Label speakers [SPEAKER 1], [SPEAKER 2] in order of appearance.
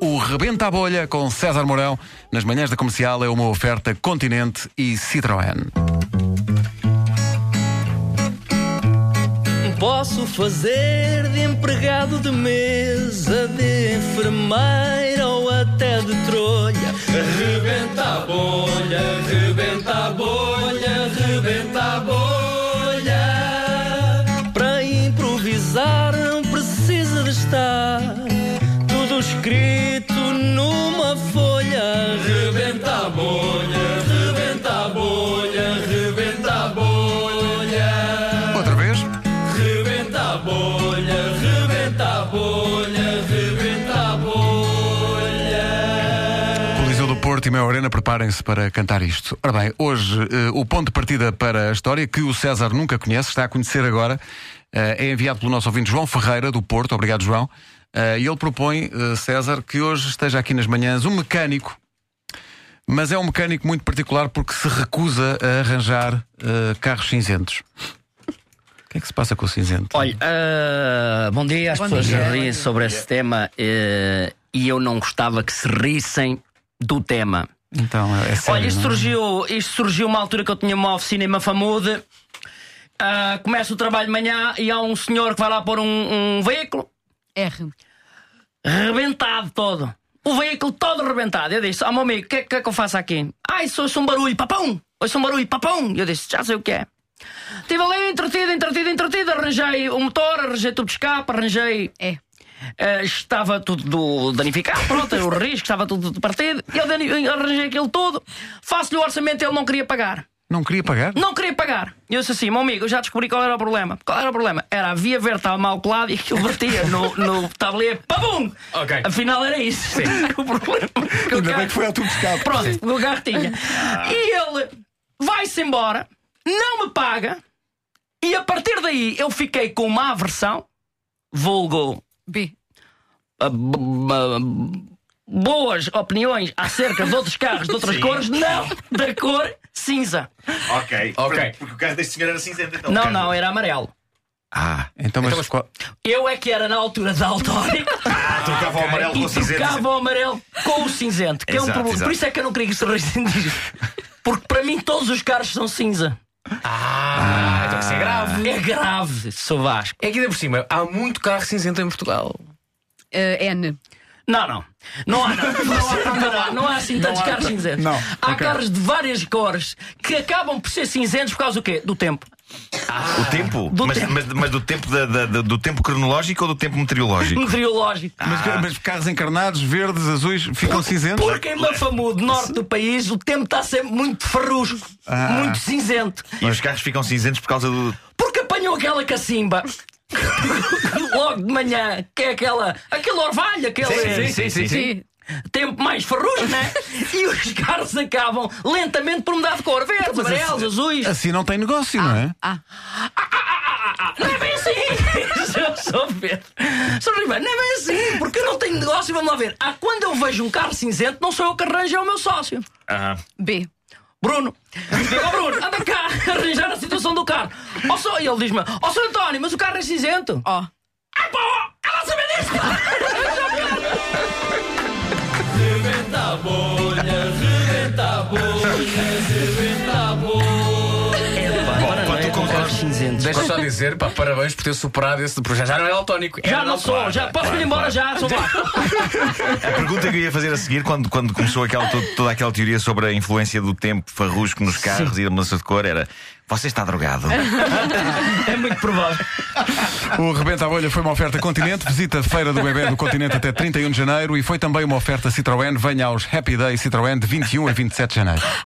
[SPEAKER 1] O Rebenta a Bolha com César Mourão nas manhãs da comercial é uma oferta Continente e Citroën.
[SPEAKER 2] Posso fazer de empregado de mesa, de enfermeira ou até de trolha. Rebenta a bolha, rebenta a bolha, rebenta a bolha. Para improvisar não precisa de estar tudo escrito numa folha. Rebenta a bolha, rebenta a bolha, rebenta a bolha.
[SPEAKER 1] Outra vez?
[SPEAKER 2] Rebenta a bolha, rebenta a bolha, rebenta a bolha.
[SPEAKER 1] Coliseu do Porto e Meia Arena, preparem-se para cantar isto. Ora bem, hoje eh, o ponto de partida para a história que o César nunca conhece, está a conhecer agora, eh, é enviado pelo nosso ouvinte João Ferreira, do Porto. Obrigado, João. Eh, e ele propõe, eh, César, que hoje esteja aqui nas manhãs um mecânico, mas é um mecânico muito particular porque se recusa a arranjar eh, carros cinzentos. O que é que se passa com o cinzento?
[SPEAKER 3] Olha, ah, bom dia, as pessoas
[SPEAKER 4] dia.
[SPEAKER 3] riem sobre esse tema eh, e eu não gostava que se rissem do tema.
[SPEAKER 1] Então, é, é sério,
[SPEAKER 3] Olha, isto
[SPEAKER 1] não é?
[SPEAKER 3] surgiu, isto surgiu uma altura que eu tinha uma oficina em Mafamude. Ah, começo o trabalho de manhã e há um senhor que vai lá pôr um, um veículo
[SPEAKER 4] R.
[SPEAKER 3] rebentado todo. O veículo todo rebentado. Eu disse, ó meu amigo, o que, é- que é que eu faço aqui? Ah, isso ouço um barulho, papão! Ouço um barulho, papão! Eu disse, já sei o que é. Estive ali entretido, entretido, entretido, arranjei o motor, arranjei tubo de escape, arranjei
[SPEAKER 4] É.
[SPEAKER 3] Eh, estava tudo do- danificado, pronto, o risco estava tudo partido. Eu dani- arranjei aquilo tudo, faço-lhe o orçamento ele não queria pagar.
[SPEAKER 1] é? Não queria pagar?
[SPEAKER 3] Não queria pagar. E eu disse assim, meu amigo, eu já descobri qual era o problema. Qual era o problema? Era a via verde estava mal colada e aquilo batia no, no tabuleiro, pabum!
[SPEAKER 2] Ok.
[SPEAKER 3] Afinal era isso. o problema. que o carro-
[SPEAKER 1] ao tubo de escape.
[SPEAKER 3] Pronto, o lugar tinha. E ele vai-se embora, não me paga, e a partir daí eu fiquei com uma aversão, vulgo
[SPEAKER 4] B.
[SPEAKER 3] ah, b- b- boas opiniões acerca de outros carros de outras cores, não da cor cinza.
[SPEAKER 5] Ok.
[SPEAKER 2] Ok.
[SPEAKER 5] Porque o caso deste senhor era cinzento, então.
[SPEAKER 3] Não,
[SPEAKER 5] Cara,
[SPEAKER 3] não, era amarelo.
[SPEAKER 1] Ah, então, mas, qual-
[SPEAKER 3] Eu é que era na altura da Altórica
[SPEAKER 5] Ah, trocava o amarelo
[SPEAKER 3] e
[SPEAKER 5] com o cinzento.
[SPEAKER 3] tocava o amarelo com o cinzento, que é um
[SPEAKER 5] Exato,
[SPEAKER 3] problema. Por
[SPEAKER 5] exato.
[SPEAKER 3] isso é que eu não queria que se restringisse. Porque para mim todos os carros são cinza.
[SPEAKER 2] Ah, então isso é grave.
[SPEAKER 3] É grave, sou Vasco.
[SPEAKER 2] É que ainda por cima, há muito carro cinzento em Portugal.
[SPEAKER 4] Eh, N.
[SPEAKER 3] Não, não. Não há, não. Não há, não há, não há assim tantos carros cinzentos.
[SPEAKER 1] Não,
[SPEAKER 3] Há carros de várias cores que acabam por ser cinzentos por causa do quê? Do tempo.
[SPEAKER 5] O tempo?
[SPEAKER 3] Do
[SPEAKER 5] mas,
[SPEAKER 3] tempo.
[SPEAKER 5] Mas, mas do, tempo da- da- da- do tempo cronológico ou do tempo meteorológico?
[SPEAKER 3] Um Meteorológico.
[SPEAKER 1] mas, mas carros encarnados, verdes, azuis, ficam cinzentos?
[SPEAKER 3] Porque em Mafamudo, norte do país, o tempo está sempre muito ferrusco, muito cinzento.
[SPEAKER 5] e os carros ficam cinzentos por causa do.
[SPEAKER 3] Porque apanhou aquela cacimba logo de manhã, que é aquela, aquele orvalho, aquele.
[SPEAKER 2] sim,
[SPEAKER 4] T.
[SPEAKER 3] tempo mais ferrugem, né? E os carros acabam lentamente por mudar de cor.
[SPEAKER 2] Então,
[SPEAKER 3] Verdes, amarelos, azuis.
[SPEAKER 1] Assim não tem negócio, não é?
[SPEAKER 4] A.
[SPEAKER 3] Não é bem assim! Seu Sou Pedro. Sou Ribeiro, não é bem assim, porque eu não tenho negócio. Vamos lá ver. Ah, quando eu vejo um carro cinzento, não sou eu que arranjo, é o meu sócio.
[SPEAKER 5] Ah,
[SPEAKER 4] B.
[SPEAKER 3] Bruno. Digo, "Ó, Bruno, anda cá arranjar a situação do carro. Ó, só, e ele diz-me, ó, oh, António, mas o carro é cinzento.
[SPEAKER 4] O.
[SPEAKER 3] Ah, pá, ó, ela sabe disso! Rebenta a bolha, rebenta a bolha, rebenta a bolha. É, pá, agora não
[SPEAKER 5] pá, tu
[SPEAKER 3] é com
[SPEAKER 5] concordas?
[SPEAKER 3] carros cinzentos.
[SPEAKER 2] Deixa só dizer, pá, parabéns por ter superado esse projeto. Já não é autónico.
[SPEAKER 3] Já não sou, já posso ir embora, já sou lá.
[SPEAKER 5] a pergunta que eu ia fazer a seguir, quando, quando começou aquela, to- toda, aquela teoria sobre a influência do tempo farrusco nos carros e da mudança de cor, era: você está drogado?
[SPEAKER 3] É muito provável.
[SPEAKER 1] Ah. O Rebenta a Bolha foi uma oferta Continente. Visita a Feira do Bebê do Continente até 31 de janeiro e foi também uma oferta Citroën. Venha aos Happy Day Citroën de 21 a 27 de janeiro.